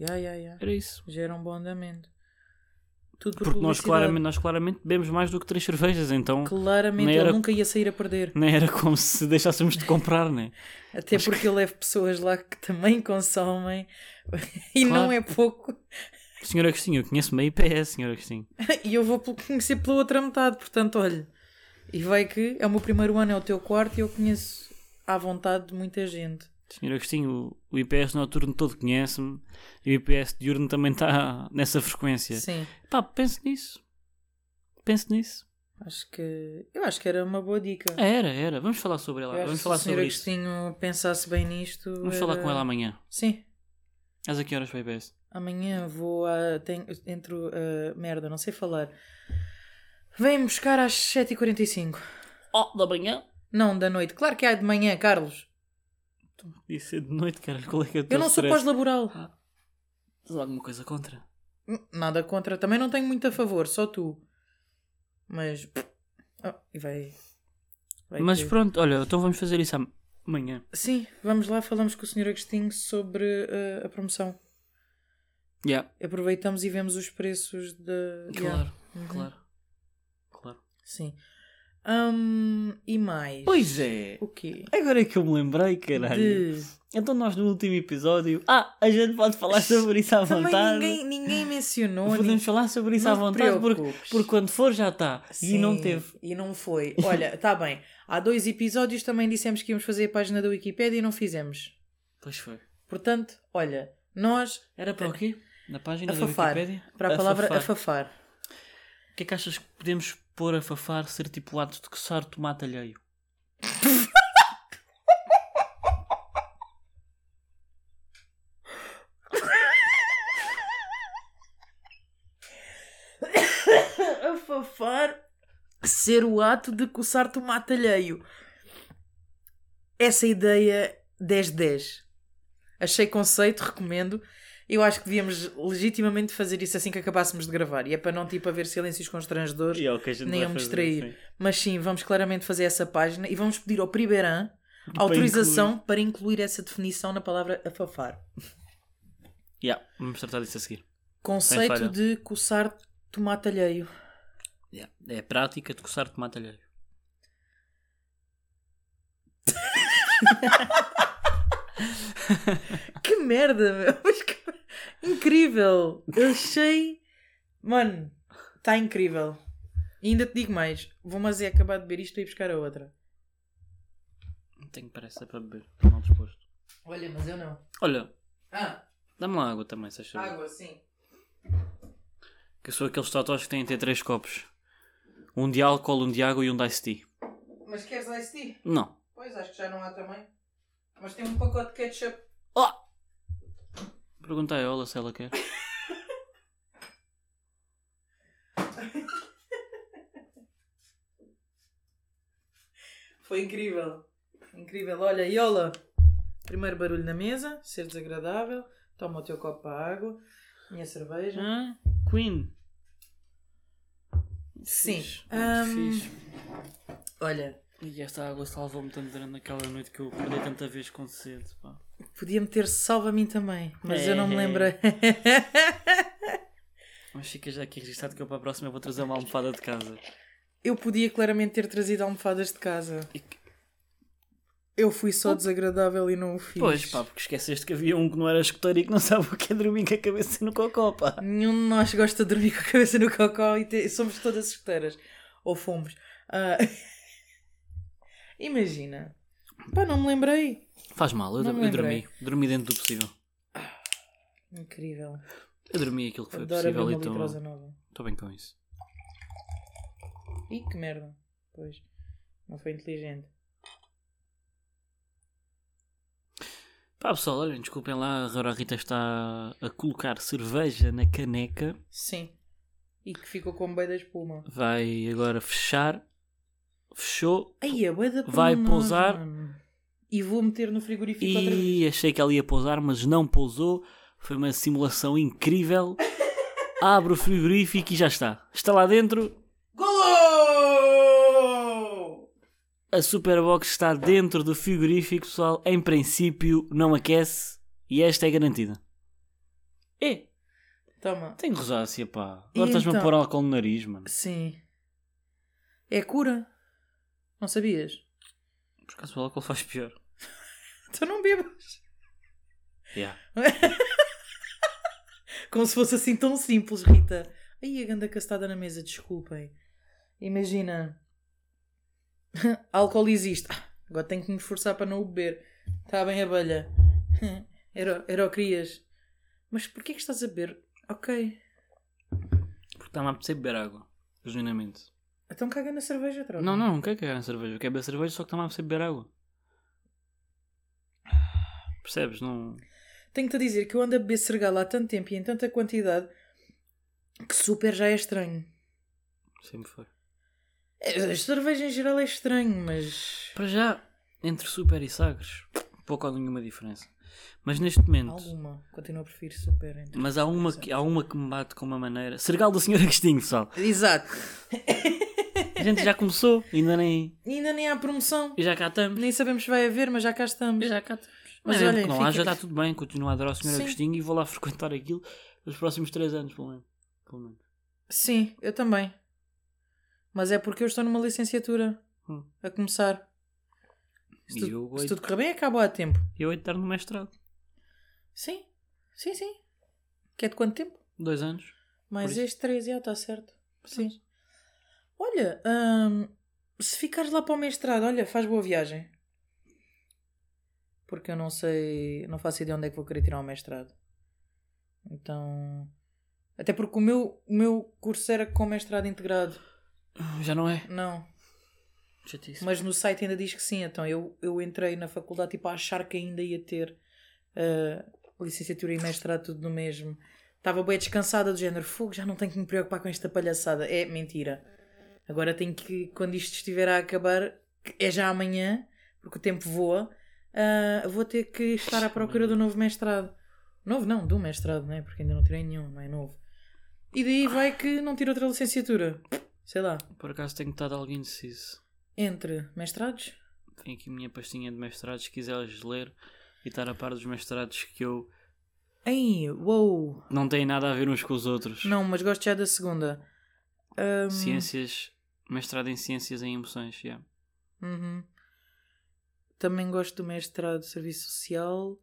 Speaker 2: Já, já, já.
Speaker 1: Era isso.
Speaker 2: Já era um bom andamento. Tudo por
Speaker 1: Porque nós
Speaker 2: publicidade.
Speaker 1: claramente, nós claramente bebemos mais do que 3 cervejas, então
Speaker 2: Claramente
Speaker 1: nem
Speaker 2: ele
Speaker 1: era-
Speaker 2: nunca ia sair a perder.
Speaker 1: não era como se deixássemos de comprar, né?
Speaker 2: Até porque eu levo pessoas lá que também consomem e
Speaker 1: Claro.
Speaker 2: não é pouco.
Speaker 1: Senhor Agostinho, eu conheço uma IPS, Senhor Agostinho.
Speaker 2: E eu vou pelo- conhecer pela outra metade, portanto, olha. E vai que é o meu primeiro ano, é o teu quarto e eu conheço à vontade de muita gente.
Speaker 1: Senhor Agostinho, o, o IPS noturno todo conhece-me e o IPS diurno também está nessa tá frequência.
Speaker 2: Sim.
Speaker 1: Pá, pense nisso. Pense nisso.
Speaker 2: Acho que. Eu acho que era uma boa dica.
Speaker 1: Era, era. Vamos falar sobre
Speaker 2: Eu
Speaker 1: ela.
Speaker 2: acho
Speaker 1: É, Vamos
Speaker 2: que
Speaker 1: falar
Speaker 2: se o Sr.
Speaker 1: sobre isto.
Speaker 2: Agostinho pensasse bem nisto.
Speaker 1: Vamos falar
Speaker 2: era-
Speaker 1: com ela amanhã.
Speaker 2: Sim.
Speaker 1: Às a que horas vai PS?
Speaker 2: Amanhã vou a. Tenho, entro. a merda, não sei falar. Vem-me buscar às 7h45.
Speaker 1: Oh, da manhã?
Speaker 2: Não, da noite. Claro que é de manhã, Carlos.
Speaker 1: Isso é de noite, caralho. Qual é que é o
Speaker 2: Eu
Speaker 1: teu
Speaker 2: não sou
Speaker 1: stress?
Speaker 2: pós-laboral.
Speaker 1: Tens alguma coisa contra?
Speaker 2: Hum, Nada contra. Também não tenho muito a favor, só tu. Mas. pff, ah, e vai. vai
Speaker 1: Mas
Speaker 2: ter.
Speaker 1: pronto, olha, então vamos fazer isso am- amanhã.
Speaker 2: Sim, vamos lá, falamos com o Sr. Agostinho sobre eh, a promoção.
Speaker 1: Yeah,
Speaker 2: Aproveitamos e vemos os preços da.
Speaker 1: claro,
Speaker 2: Uhum.
Speaker 1: claro. Claro.
Speaker 2: Sim. Hum, e mais?
Speaker 1: Pois é.
Speaker 2: O quê?
Speaker 1: Agora é que eu me lembrei, caralho.
Speaker 2: De...
Speaker 1: Então nós no último episódio. Ah, a gente pode falar sobre isso à
Speaker 2: Também
Speaker 1: vontade.
Speaker 2: ninguém, ninguém mencionou.
Speaker 1: Podemos
Speaker 2: ninguém-
Speaker 1: falar sobre isso
Speaker 2: Não
Speaker 1: à
Speaker 2: te
Speaker 1: vontade porque,
Speaker 2: preocupes.
Speaker 1: porque quando for já está. E não
Speaker 2: Sim,
Speaker 1: teve.
Speaker 2: E não foi. Olha, está bem. Há dois episódios também dissemos que íamos fazer a página da Wikipédia e não fizemos.
Speaker 1: Pois foi.
Speaker 2: Portanto, olha, nós.
Speaker 1: Era para o quê? Na página
Speaker 2: Afafar.
Speaker 1: da Wikipédia?
Speaker 2: Para a palavra
Speaker 1: Afafar.
Speaker 2: afafar.
Speaker 1: O que é que achas que podemos pôr a fafar ser tipo o ato de coçar tomate alheio?
Speaker 2: Afafar ser o ato de coçar tomate alheio. Essa ideia 10-10. Achei conceito, recomendo. Eu acho que devíamos legitimamente fazer isso assim que acabássemos de gravar. E é para não tipo haver silêncios constrangedores.
Speaker 1: é o que a gente
Speaker 2: Nem eu me distrair. Mas sim, vamos claramente fazer essa página e vamos pedir ao Pribeirã
Speaker 1: Para
Speaker 2: autorização para incluir essa definição na palavra afafar.
Speaker 1: Yeah, vamos tratar disso a seguir. falha.
Speaker 2: Conceito de coçar tomate alheio.
Speaker 1: Yeah. É a prática de coçar tomate alheio.
Speaker 2: Que merda, meu! Mas que- Incrível! Eu achei. Mano, está incrível. E ainda te digo mais: vou mas é acabar de beber isto e ir buscar a outra.
Speaker 1: Não tenho pressa para beber, estou mal disposto.
Speaker 2: Olha, mas eu não.
Speaker 1: Olha,
Speaker 2: Ah,
Speaker 1: dá-me lá água também, se achas.
Speaker 2: água, sim.
Speaker 1: Que eu sou aqueles totós que têm até três copos: um de álcool, um de água e um de ice tea.
Speaker 2: Mas queres iced tea?
Speaker 1: Não.
Speaker 2: Pois, acho que já não há também. Mas tem um pacote de ketchup.
Speaker 1: Pergunta a ela se ela quer.
Speaker 2: Foi incrível. Incrível. Olha, Iola. Primeiro barulho na mesa, ser desagradável. Toma o teu copo para a água. Minha cerveja.
Speaker 1: Ah, Queen.
Speaker 2: Sim.
Speaker 1: Fixe,
Speaker 2: Ahm,
Speaker 1: muito fixe.
Speaker 2: Olha,
Speaker 1: E esta água salvou-me tanto durante aquela noite que eu acordei tanta vez com sede, pá.
Speaker 2: podia-me ter salvo a mim também, mas eu não
Speaker 1: É.
Speaker 2: me lembrei.
Speaker 1: Mas fica já aqui registado que eu para a próxima vou trazer uma almofada de casa.
Speaker 2: eu podia claramente ter trazido almofadas de casa. Eu fui só desagradável e não o fiz.
Speaker 1: Pois, pá, porque esqueceste que havia um que não era escuteiro e que não sabe o que é dormir com a cabeça no cocó, pá.
Speaker 2: Nenhum de nós gosta de dormir com a cabeça no cocó e te- somos todas escuteiras. Ou fomos. Ah, Imagina. Pá, não me lembrei.
Speaker 1: Faz mal, eu,
Speaker 2: Não me
Speaker 1: eu
Speaker 2: lembrei.
Speaker 1: dormi. Dormi dentro do possível.
Speaker 2: Incrível.
Speaker 1: Eu dormi aquilo que foi
Speaker 2: Adoro abrir
Speaker 1: possível
Speaker 2: uma
Speaker 1: e estou
Speaker 2: litrosa nova.
Speaker 1: bem com isso.
Speaker 2: Ih, que merda. Pois. Não foi inteligente.
Speaker 1: Pá, pessoal, olhem, desculpem lá, a Rora Rita está a colocar cerveja na caneca.
Speaker 2: Sim. E que ficou com bem da espuma.
Speaker 1: Vai agora fechar. Fechou.
Speaker 2: Ai, a bué da
Speaker 1: Vai
Speaker 2: penosa,
Speaker 1: pousar.
Speaker 2: mano. E vou meter no frigorífico outra vez.
Speaker 1: E achei que ela ia pousar, mas não pousou. Foi uma simulação incrível. Abre o frigorífico e já está. Está lá dentro.
Speaker 2: Golo!
Speaker 1: A Superbox está dentro do frigorífico, pessoal. Em princípio, não aquece. E esta é garantida. É,
Speaker 2: Toma.
Speaker 1: tenho rosácea, pá.
Speaker 2: E
Speaker 1: Agora estás-me a
Speaker 2: então?
Speaker 1: pôr álcool no nariz, mano.
Speaker 2: Sim. É cura. Não sabias?
Speaker 1: Por acaso o álcool faz pior.
Speaker 2: Tu Então não bebas.
Speaker 1: Yeah.
Speaker 2: Como se fosse assim tão simples, Rita. Aí a ganda castada na mesa, desculpem. Imagina. Álcool existe. Ah, Agora tenho que me esforçar para não o beber. Está bem, abelha. Era, era o que querias. Mas porquê que estás a beber? Ok.
Speaker 1: Porque está-me a apetecer beber água. Genuinamente.
Speaker 2: Então caga na cerveja, troca.
Speaker 1: Não, não, não quero cagar na cerveja. Eu quero beber cerveja, só que também percebo beber água. Percebes? Não.
Speaker 2: Tenho-te a dizer que eu ando a beber sergala há tanto tempo e em tanta quantidade que super já é estranho.
Speaker 1: Sempre foi.
Speaker 2: A cerveja em geral é estranho, mas.
Speaker 1: Para já, entre super e sagres, pouco ou nenhuma diferença. Mas neste momento.
Speaker 2: Alguma. Continuo a preferir super. Então.
Speaker 1: Mas há uma, que, há uma que me bate com uma maneira. Sergal da Senhora Agostinho, pessoal.
Speaker 2: Exato.
Speaker 1: A gente já começou, ainda nem.
Speaker 2: E ainda nem há promoção.
Speaker 1: E já cá estamos.
Speaker 2: Nem sabemos se vai haver, mas já cá estamos.
Speaker 1: Já cá estamos.
Speaker 2: Mas
Speaker 1: Mas olha,
Speaker 2: olhem,
Speaker 1: não
Speaker 2: fica-
Speaker 1: há, já está tudo bem. Continuo a adorar o Senhor
Speaker 2: Sim.
Speaker 1: Agostinho e vou lá frequentar aquilo nos próximos 3 anos, pelo menos. Pelo menos.
Speaker 2: Sim, eu também. Mas é porque eu estou numa licenciatura.
Speaker 1: Hum.
Speaker 2: A começar. Se
Speaker 1: E eu
Speaker 2: tudo, se
Speaker 1: oito-
Speaker 2: tudo correr bem, acaba a tempo.
Speaker 1: eu hei de estar no mestrado.
Speaker 2: Sim. Sim, sim. Que é de quanto tempo?
Speaker 1: Dois anos. Por
Speaker 2: Mais
Speaker 1: isso-
Speaker 2: este 3 já está certo. Sim. Olha, hum, se ficares lá para o mestrado, olha, faz boa viagem. Porque eu não sei, não faço ideia onde é que vou querer tirar o mestrado. Então. Até porque o meu, o meu curso era com mestrado integrado.
Speaker 1: Já não é.
Speaker 2: Não.
Speaker 1: Chatice.
Speaker 2: Mas no site ainda diz que sim. Então eu, eu entrei na faculdade tipo a achar que ainda ia ter ah, licenciatura e mestrado tudo no mesmo. Estava bem descansada do género fogo, já não tenho que me preocupar com esta palhaçada. É mentira. Agora tenho que, quando isto estiver a acabar, que é já amanhã, porque o tempo voa, ah, vou ter que estar à procura do novo mestrado. Novo não, do mestrado, né? Porque ainda não tirei nenhum, não é novo. E daí vai que não tiro outra licenciatura. Sei lá.
Speaker 1: Por acaso tenho estado alguém indeciso.
Speaker 2: Entre mestrados?
Speaker 1: Tem aqui a minha pastinha de mestrados, se quiseres ler e estar a par dos mestrados que eu
Speaker 2: Ei, uou!
Speaker 1: não têm nada a ver uns com os outros.
Speaker 2: Não, mas gosto já da segunda. Ahm,
Speaker 1: Ciências, mestrado em ciências em emoções, yeah.
Speaker 2: uhum. Também gosto do mestrado de Serviço Social,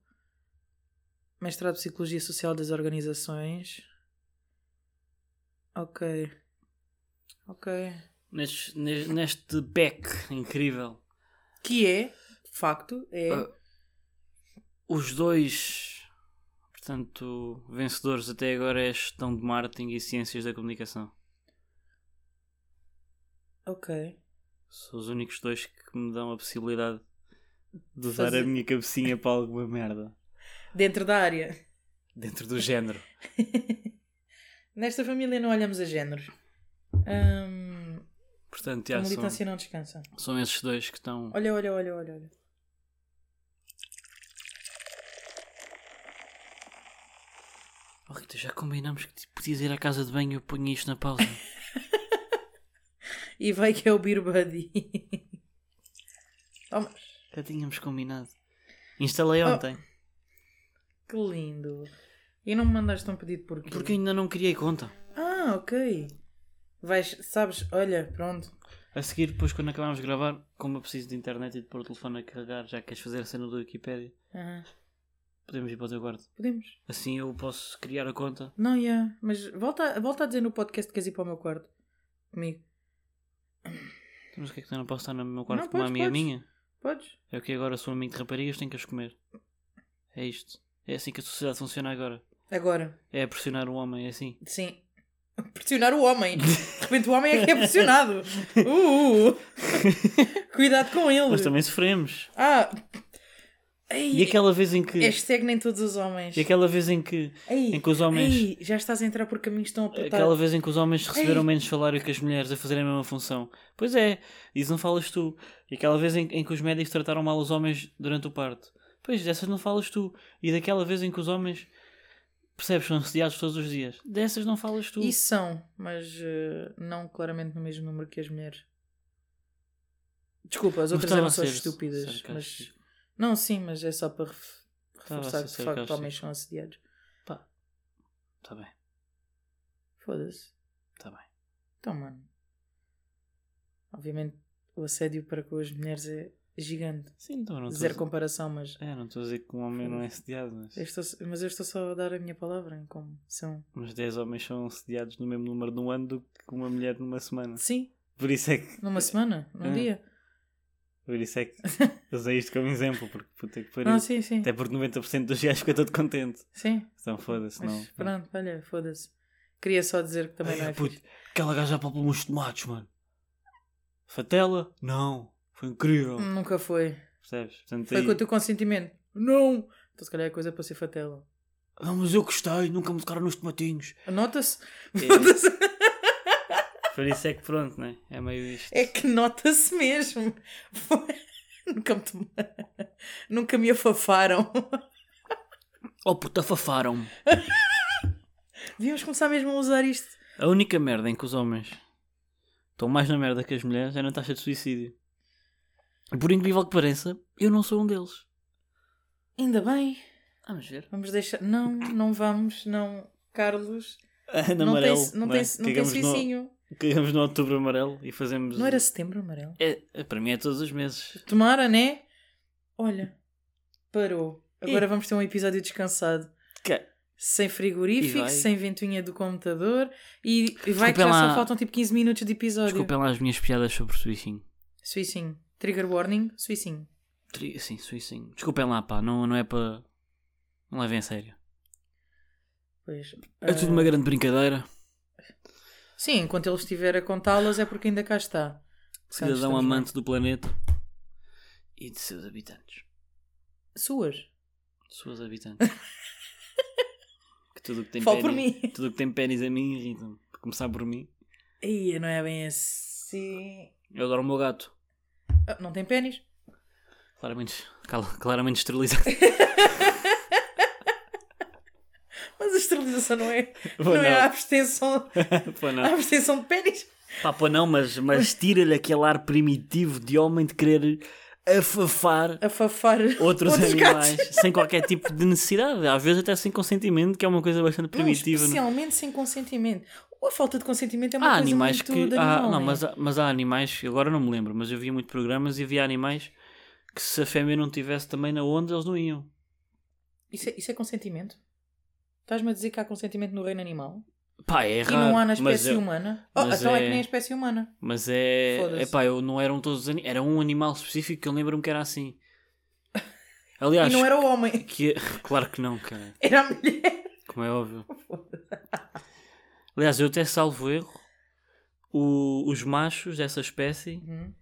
Speaker 2: mestrado de Psicologia Social das Organizações. Ok. Ok.
Speaker 1: Neste, ne- neste back incrível,
Speaker 2: Que é, de facto, é.
Speaker 1: Ah. os dois, portanto, vencedores até agora é gestão de marketing e ciências da comunicação.
Speaker 2: Ok.
Speaker 1: São os únicos dois que me dão a possibilidade de usar
Speaker 2: Fazer-
Speaker 1: a minha cabecinha para alguma merda.
Speaker 2: Dentro da área.
Speaker 1: Dentro do género.
Speaker 2: Nesta família não olhamos a géneros. Ahm,
Speaker 1: Portanto,
Speaker 2: a
Speaker 1: yeah, são,
Speaker 2: militância não descansa.
Speaker 1: são esses dois que estão.
Speaker 2: Olha, olha, olha, olha, olha.
Speaker 1: Oh, Rita, já combinamos que te podias ir à casa de banho e eu ponho isto na pausa.
Speaker 2: E vai que é o Beer Buddy. Toma.
Speaker 1: já tínhamos combinado. Instalei
Speaker 2: Oh.
Speaker 1: ontem.
Speaker 2: Que lindo. E não me mandaste um pedido porquê?
Speaker 1: Porque ainda não criei conta.
Speaker 2: Ah, ok. Vais, sabes, olha, pronto.
Speaker 1: A seguir, depois, quando acabarmos de gravar, como eu preciso de internet e de pôr o telefone a carregar, já que queres fazer a cena do Wikipédia,
Speaker 2: Aham.
Speaker 1: podemos ir para o teu quarto.
Speaker 2: Podemos?
Speaker 1: Assim eu posso criar a conta.
Speaker 2: Não, já. Mas volta, volta a dizer no podcast que queres ir para o meu quarto. Comigo.
Speaker 1: Mas o que é que eu não posso estar no meu quarto
Speaker 2: Não,
Speaker 1: com uma
Speaker 2: podes,
Speaker 1: amiga
Speaker 2: podes.
Speaker 1: minha?
Speaker 2: Podes?
Speaker 1: É o que agora sou amigo de raparigas, tenho que as comer. É isto. É assim que a sociedade funciona agora.
Speaker 2: Agora.
Speaker 1: É a pressionar o homem, é assim.
Speaker 2: Sim. Pressionar o homem. De repente o homem é que é pressionado. Uh, uh, uh. Cuidado com ele.
Speaker 1: Mas também sofremos.
Speaker 2: Ah.
Speaker 1: E
Speaker 2: Ei,
Speaker 1: aquela vez em que.
Speaker 2: Hashtag nem todos os homens.
Speaker 1: E aquela vez em que.
Speaker 2: Ei,
Speaker 1: Em que os homens.
Speaker 2: Ei, já estás a entrar por caminhos tão apertados.
Speaker 1: Aquela vez em que os homens receberam
Speaker 2: Ei.
Speaker 1: menos salário que as mulheres a fazerem a mesma função. Pois é, isso não falas tu. E aquela vez em, em que os médicos trataram mal os homens durante o parto. Pois, dessas não falas tu. E daquela vez em que os homens, percebes, são assediados todos os dias. Dessas não falas tu.
Speaker 2: E são, mas eh, não claramente no mesmo número que as mulheres. Desculpa, as
Speaker 1: Não
Speaker 2: outras
Speaker 1: estava
Speaker 2: eram
Speaker 1: a
Speaker 2: só
Speaker 1: ser
Speaker 2: estúpidas. Mas...
Speaker 1: sarcástico.
Speaker 2: Não, sim, mas é só para ref-
Speaker 1: Estava a
Speaker 2: reforçar
Speaker 1: ser
Speaker 2: que de facto
Speaker 1: sarcástico.
Speaker 2: homens são assediados.
Speaker 1: Tá bem,
Speaker 2: Foda-se.
Speaker 1: tá bem.
Speaker 2: Então, mano. Obviamente o assédio para com as mulheres é gigante.
Speaker 1: Sim, então não estou a
Speaker 2: Zero
Speaker 1: dizer-
Speaker 2: comparação, mas
Speaker 1: É, não estou a dizer que um homem não é assediado,
Speaker 2: eu,
Speaker 1: mas,
Speaker 2: estou, mas eu estou só a dar a minha palavra em como são.
Speaker 1: mas 10 homens são assediados no mesmo número num ano do que uma mulher numa semana.
Speaker 2: Sim,
Speaker 1: Por isso é que,
Speaker 2: numa semana, num
Speaker 1: Ah.
Speaker 2: dia.
Speaker 1: por isso é que usei isto como exemplo, porque puta que pariu.
Speaker 2: Não, Ah, sim, sim.
Speaker 1: Até porque 90% dos gajos fica todo contente.
Speaker 2: Sim.
Speaker 1: Então foda-se,
Speaker 2: Mas
Speaker 1: não.
Speaker 2: pronto, olha, foda-se. Queria só dizer que também não é
Speaker 1: Ai, puto,
Speaker 2: fixe.
Speaker 1: aquela gaja apalpou-me os tomates, mano. Fatela? Não. Foi incrível.
Speaker 2: Nunca foi.
Speaker 1: Percebes? Portanto,
Speaker 2: Hum. Foi
Speaker 1: aí-
Speaker 2: com o teu consentimento. Não! Então se calhar é coisa para ser fatela.
Speaker 1: Não, mas eu gostei, nunca me tocaram nos tomatinhos.
Speaker 2: Nota-se.
Speaker 1: É,
Speaker 2: Nota-se.
Speaker 1: por isso é que pronto, né? É meio isto.
Speaker 2: É que nota-se mesmo. Nunca me, tom- Nunca me afafaram.
Speaker 1: Oh puta, afafaram-me.
Speaker 2: Devíamos começar mesmo a usar isto.
Speaker 1: A única merda em que os homens estão mais na merda que as mulheres é na taxa de suicídio. E por incrível que pareça, eu não sou um deles.
Speaker 2: Ainda bem.
Speaker 1: Vamos ver.
Speaker 2: Vamos deixar. Não, não vamos, não. Carlos.
Speaker 1: Ana
Speaker 2: não
Speaker 1: amarelo.
Speaker 2: tem, não
Speaker 1: né?
Speaker 2: tem, não tem
Speaker 1: Cagamos no-
Speaker 2: suicinho.
Speaker 1: Cagamos no outubro amarelo e fazemos.
Speaker 2: Não era setembro amarelo?
Speaker 1: É, para mim é todos os meses.
Speaker 2: Tomara, né? Olha. Parou. Agora vamos ter um episódio descansado.
Speaker 1: Que-
Speaker 2: Sem
Speaker 1: E
Speaker 2: frigorífico,
Speaker 1: vai.
Speaker 2: sem ventoinha do computador e, e vai que
Speaker 1: Desculpem
Speaker 2: já
Speaker 1: lá.
Speaker 2: só faltam tipo 15 minutos de episódio.
Speaker 1: Desculpem lá as minhas piadas sobre suicinho.
Speaker 2: Suicinho. Trigger warning, suicinho.
Speaker 1: Tri... Sim, suicinho. Desculpem lá, pá, não, não é para. Não levem a sério.
Speaker 2: Pois. ah,
Speaker 1: É tudo
Speaker 2: Eh,
Speaker 1: uma grande brincadeira.
Speaker 2: Sim, enquanto ele estiver a contá-las é porque ainda cá está. Portanto,
Speaker 1: Cidadão
Speaker 2: estamos bem.
Speaker 1: amante do planeta e de seus habitantes.
Speaker 2: Suas.
Speaker 1: Suas habitantes. que tudo o que tem
Speaker 2: Fala por
Speaker 1: pênis-
Speaker 2: mim.
Speaker 1: Tudo o que tem pênis a mim irrita-me. Por Começar por mim.
Speaker 2: Ia, não é bem assim.
Speaker 1: Eu adoro o meu gato.
Speaker 2: Ah, não tem pênis?
Speaker 1: Claramente, cal- claramente esterilizado.
Speaker 2: Mas a esterilização não é, não
Speaker 1: Pô,
Speaker 2: é a
Speaker 1: não.
Speaker 2: abstenção,
Speaker 1: Pô,
Speaker 2: a
Speaker 1: não.
Speaker 2: abstenção de pênis.
Speaker 1: Pá, pô, não, mas, mas tira-lhe aquele ar primitivo de homem de querer afafar
Speaker 2: A fafar
Speaker 1: outros,
Speaker 2: gatos.
Speaker 1: animais sem qualquer tipo de necessidade. Às vezes até sem consentimento, que é uma coisa bastante
Speaker 2: Não, tipo
Speaker 1: primitiva. não- é?
Speaker 2: especialmente sem consentimento. Ou a falta de consentimento é uma
Speaker 1: há
Speaker 2: coisa
Speaker 1: animais
Speaker 2: muito
Speaker 1: que
Speaker 2: de
Speaker 1: há-
Speaker 2: animal,
Speaker 1: não,
Speaker 2: né?
Speaker 1: mas, há- mas há animais agora não me lembro mas eu via muito programas e havia animais que se a fêmea não tivesse também na onda eles não iam
Speaker 2: Isso, é, isso é consentimento? Estás-me a dizer que há consentimento no reino animal?
Speaker 1: pá é
Speaker 2: E
Speaker 1: raro
Speaker 2: não há na
Speaker 1: mas,
Speaker 2: espécie
Speaker 1: é,
Speaker 2: humana? Oh,
Speaker 1: mas
Speaker 2: então é...
Speaker 1: é-
Speaker 2: que nem a espécie humana.
Speaker 1: mas é
Speaker 2: Foda-se.
Speaker 1: epá, eu não eram todos os ani- era um animal específico que eu lembro-me que era assim aliás
Speaker 2: E não era o homem,
Speaker 1: que é- claro que não cara
Speaker 2: era a mulher.
Speaker 1: como é óbvio aliás eu até salvo erro o- os machos dessa espécie
Speaker 2: Uhum.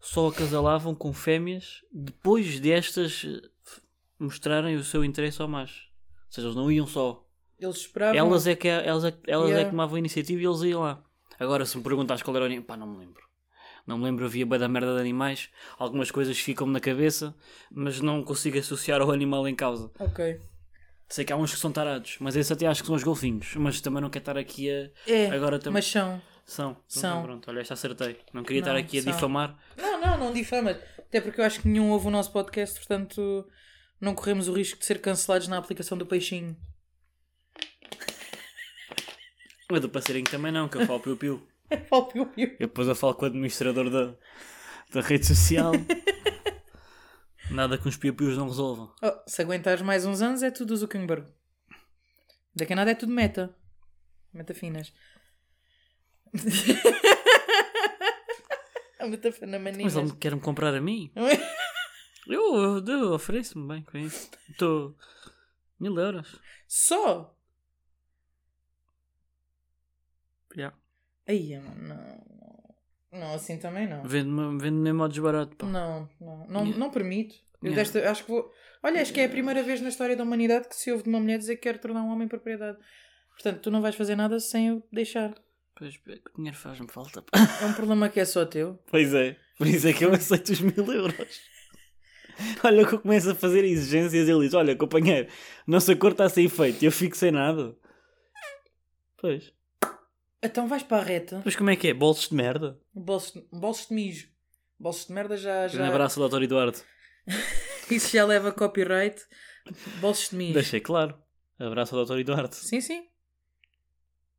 Speaker 1: só acasalavam com fêmeas depois destas eh, f- mostrarem o seu interesse ao macho. Ou seja, eles não iam só.
Speaker 2: Eles esperavam.
Speaker 1: Elas é que, elas é, que- elas é
Speaker 2: Ah, Yeah.
Speaker 1: que tomavam a iniciativa e eles iam lá. Agora, se me perguntas qual era o animal, pá, não me lembro. Não me lembro, havia bem da merda de animais. Algumas coisas ficam-me na cabeça, mas não consigo associar ao animal em causa.
Speaker 2: Ok.
Speaker 1: Sei que há uns que são tarados, mas esse até acho que são os golfinhos. Mas também não quero estar aqui a.
Speaker 2: É,
Speaker 1: Agora também.
Speaker 2: mas são.
Speaker 1: São. Então,
Speaker 2: São.
Speaker 1: Pronto, olha, esta acertei. Não queria
Speaker 2: Não,
Speaker 1: estar aqui a
Speaker 2: são.
Speaker 1: difamar.
Speaker 2: Não, não, não difamas. Até porque eu acho que nenhum ouve o nosso podcast, portanto não corremos o risco de ser cancelados na aplicação do peixinho.
Speaker 1: Mas do passarinho também não, que eu falo piu-piu.
Speaker 2: Oh, piu, piu.
Speaker 1: Eu depois eu falo com o administrador da, da rede social. Nada que os piu-pius não resolvam.
Speaker 2: Oh, se aguentares mais uns anos é tudo Zuckerberg. Daqui a nada é tudo meta. Meta finas. a meta fina
Speaker 1: Mas ele
Speaker 2: maninhas.
Speaker 1: me- quer-me comprar a mim? Eu, eu, eu ofereço-me bem com isso. Estou. Mil euros.
Speaker 2: Só!
Speaker 1: Já.
Speaker 2: Aí, mano, não. Não, assim também não.
Speaker 1: Vendo-me vendo mesmo ao desbarato. Pá.
Speaker 2: Não, não, não,
Speaker 1: Yeah.
Speaker 2: não permito. Eu
Speaker 1: Yeah.
Speaker 2: desta, acho que vou. Olha, acho que é a primeira vez na história da humanidade que se ouve de uma mulher dizer que quer tornar um homem propriedade. Portanto, tu não vais fazer nada sem eu deixar.
Speaker 1: Pois bem, que o dinheiro faz-me falta. pá.
Speaker 2: É um problema que é só teu.
Speaker 1: Pois é. Por isso é que eu aceito os mil euros. Olha que eu começo a fazer exigências e ele diz: Olha, companheiro, nossa cor está sem efeito. Eu fico sem nada. Pois.
Speaker 2: Então vais para a reta.
Speaker 1: Mas como é que é? Bolsos de merda?
Speaker 2: Bolsos, bolsos de mijo. Bolsos de merda já.
Speaker 1: Um
Speaker 2: já
Speaker 1: abraço, Dr. Eduardo.
Speaker 2: isso já leva copyright. Bolsos de mijo.
Speaker 1: Deixei claro. Abraço ao Dr. Eduardo.
Speaker 2: Sim, sim.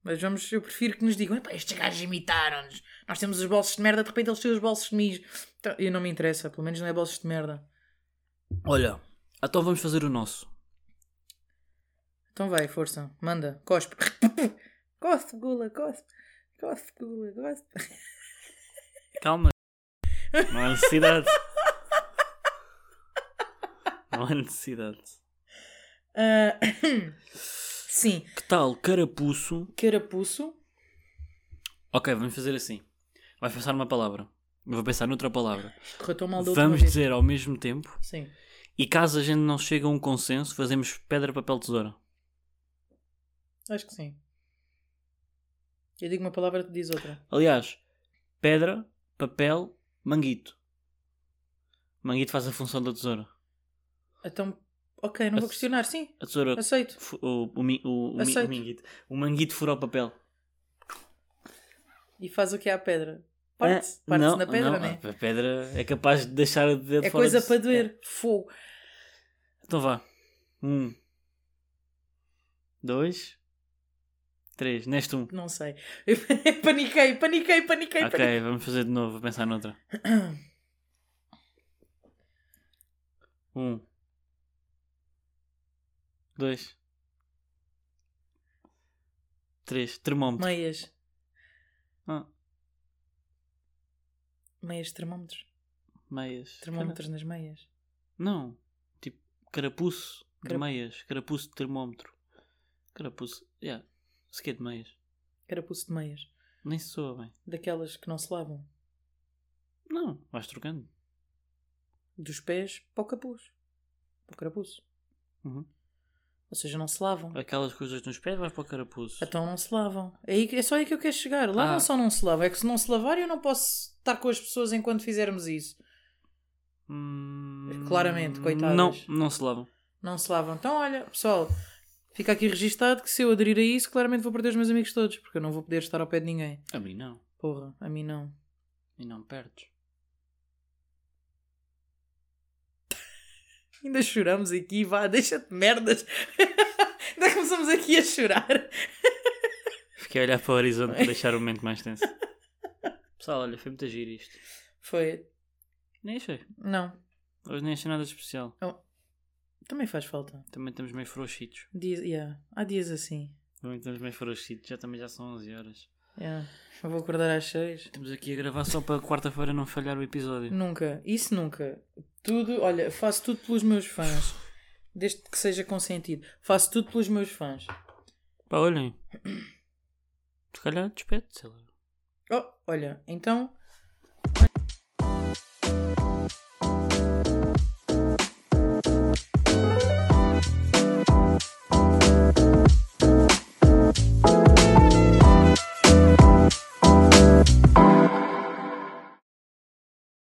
Speaker 2: Mas vamos, eu prefiro que nos digam: "Epá, estes gajos imitaram-nos. Nós temos os bolsos de merda, de repente eles têm os bolsos de mijo. Então, eu não me interessa, pelo menos não é bolsos de merda.
Speaker 1: Olha, então vamos fazer o nosso.
Speaker 2: Então vai, força. Manda. Cospe. Cospe, gula, cospe. Cospe, gula, cospe.
Speaker 1: Calma. Não há necessidade. Não há necessidade.
Speaker 2: Ah, sim.
Speaker 1: Que tal carapuço?
Speaker 2: Carapuço.
Speaker 1: Ok, vamos fazer assim. Vais passar uma palavra. Eu Vou pensar noutra palavra.
Speaker 2: Correu tão mal da última
Speaker 1: Vamos
Speaker 2: vez.
Speaker 1: dizer ao mesmo tempo.
Speaker 2: Sim.
Speaker 1: E caso a gente não chegue a um consenso, fazemos pedra, papel, tesoura.
Speaker 2: Acho que sim. Eu digo uma palavra, tu diz outra.
Speaker 1: Aliás, pedra, papel, manguito. Manguito faz a função da tesoura.
Speaker 2: Então, ok, não vou
Speaker 1: Ace-
Speaker 2: questionar. Sim,
Speaker 1: A tesoura.
Speaker 2: aceito.
Speaker 1: fu- O, o, mi- o, o, mi-
Speaker 2: Aceito.
Speaker 1: o manguito. O manguito fura o papel.
Speaker 2: E faz o que é a pedra? Parte-se.
Speaker 1: Ah,
Speaker 2: Parte-se
Speaker 1: não,
Speaker 2: na pedra,
Speaker 1: não,
Speaker 2: não é?
Speaker 1: A pedra é capaz de deixar o dedo
Speaker 2: É
Speaker 1: fora
Speaker 2: coisa
Speaker 1: de-
Speaker 2: para doer. Fogo.
Speaker 1: Então vá. Um. Dois. Três. Neste um.
Speaker 2: Não sei. Eu paniquei, paniquei, paniquei, paniquei.
Speaker 1: Ok, vamos fazer de novo. Vou pensar noutra. Um. Dois. Três. Termómetro.
Speaker 2: Meias.
Speaker 1: Ah.
Speaker 2: Meias de termómetros.
Speaker 1: Meias.
Speaker 2: Termómetros nas meias.
Speaker 1: Não. Tipo, carapuço de
Speaker 2: Cara-
Speaker 1: meias. Carapuço de termómetro. Carapuço. Yeah. Sequer de meias.
Speaker 2: Carapuço de meias.
Speaker 1: Nem se soa bem.
Speaker 2: Daquelas que não se lavam.
Speaker 1: Não, vais trocando.
Speaker 2: Dos pés para o capuz. Para o carapuço.
Speaker 1: Uhum.
Speaker 2: Ou seja, não se lavam.
Speaker 1: Aquelas coisas nos pés, vais para o carapuço.
Speaker 2: Então não se lavam. É, aí que- é só aí que eu quero chegar. Lavam-se ou não se lavam? É que se não se lavar, eu não posso estar com as pessoas enquanto fizermos isso.
Speaker 1: Hum,
Speaker 2: Claramente, coitadas.
Speaker 1: Não, não se lavam.
Speaker 2: Não se lavam. Então, olha, pessoal, fica aqui registado que se eu aderir a isso, claramente vou perder os meus amigos todos, porque eu não vou poder estar ao pé de ninguém.
Speaker 1: A mim não.
Speaker 2: Porra, a mim não.
Speaker 1: E não perdes.
Speaker 2: Ainda choramos aqui, vá, deixa-te merdas. Ainda começamos aqui a chorar.
Speaker 1: Fiquei a olhar para o horizonte para deixar o momento mais tenso. Pessoal, olha, foi muito giro isto.
Speaker 2: Foi.
Speaker 1: Nem achei.
Speaker 2: Não,
Speaker 1: Hoje nem achei nada de especial.
Speaker 2: também faz falta.
Speaker 1: Também estamos meio frouxitos.
Speaker 2: Dias, yeah. Há dias assim.
Speaker 1: Também estamos meio frouxitos. Já também já são 11 horas.
Speaker 2: Yeah. Eu vou acordar às seis.
Speaker 1: Estamos aqui a gravar só para quarta-feira não falhar o episódio.
Speaker 2: Nunca, isso nunca. Tudo, olha, faço tudo pelos meus fãs. Desde que seja consentido. Faço tudo pelos meus fãs.
Speaker 1: Pá, olhem. Se calhar despede, sei lá.
Speaker 2: Oh, olha, então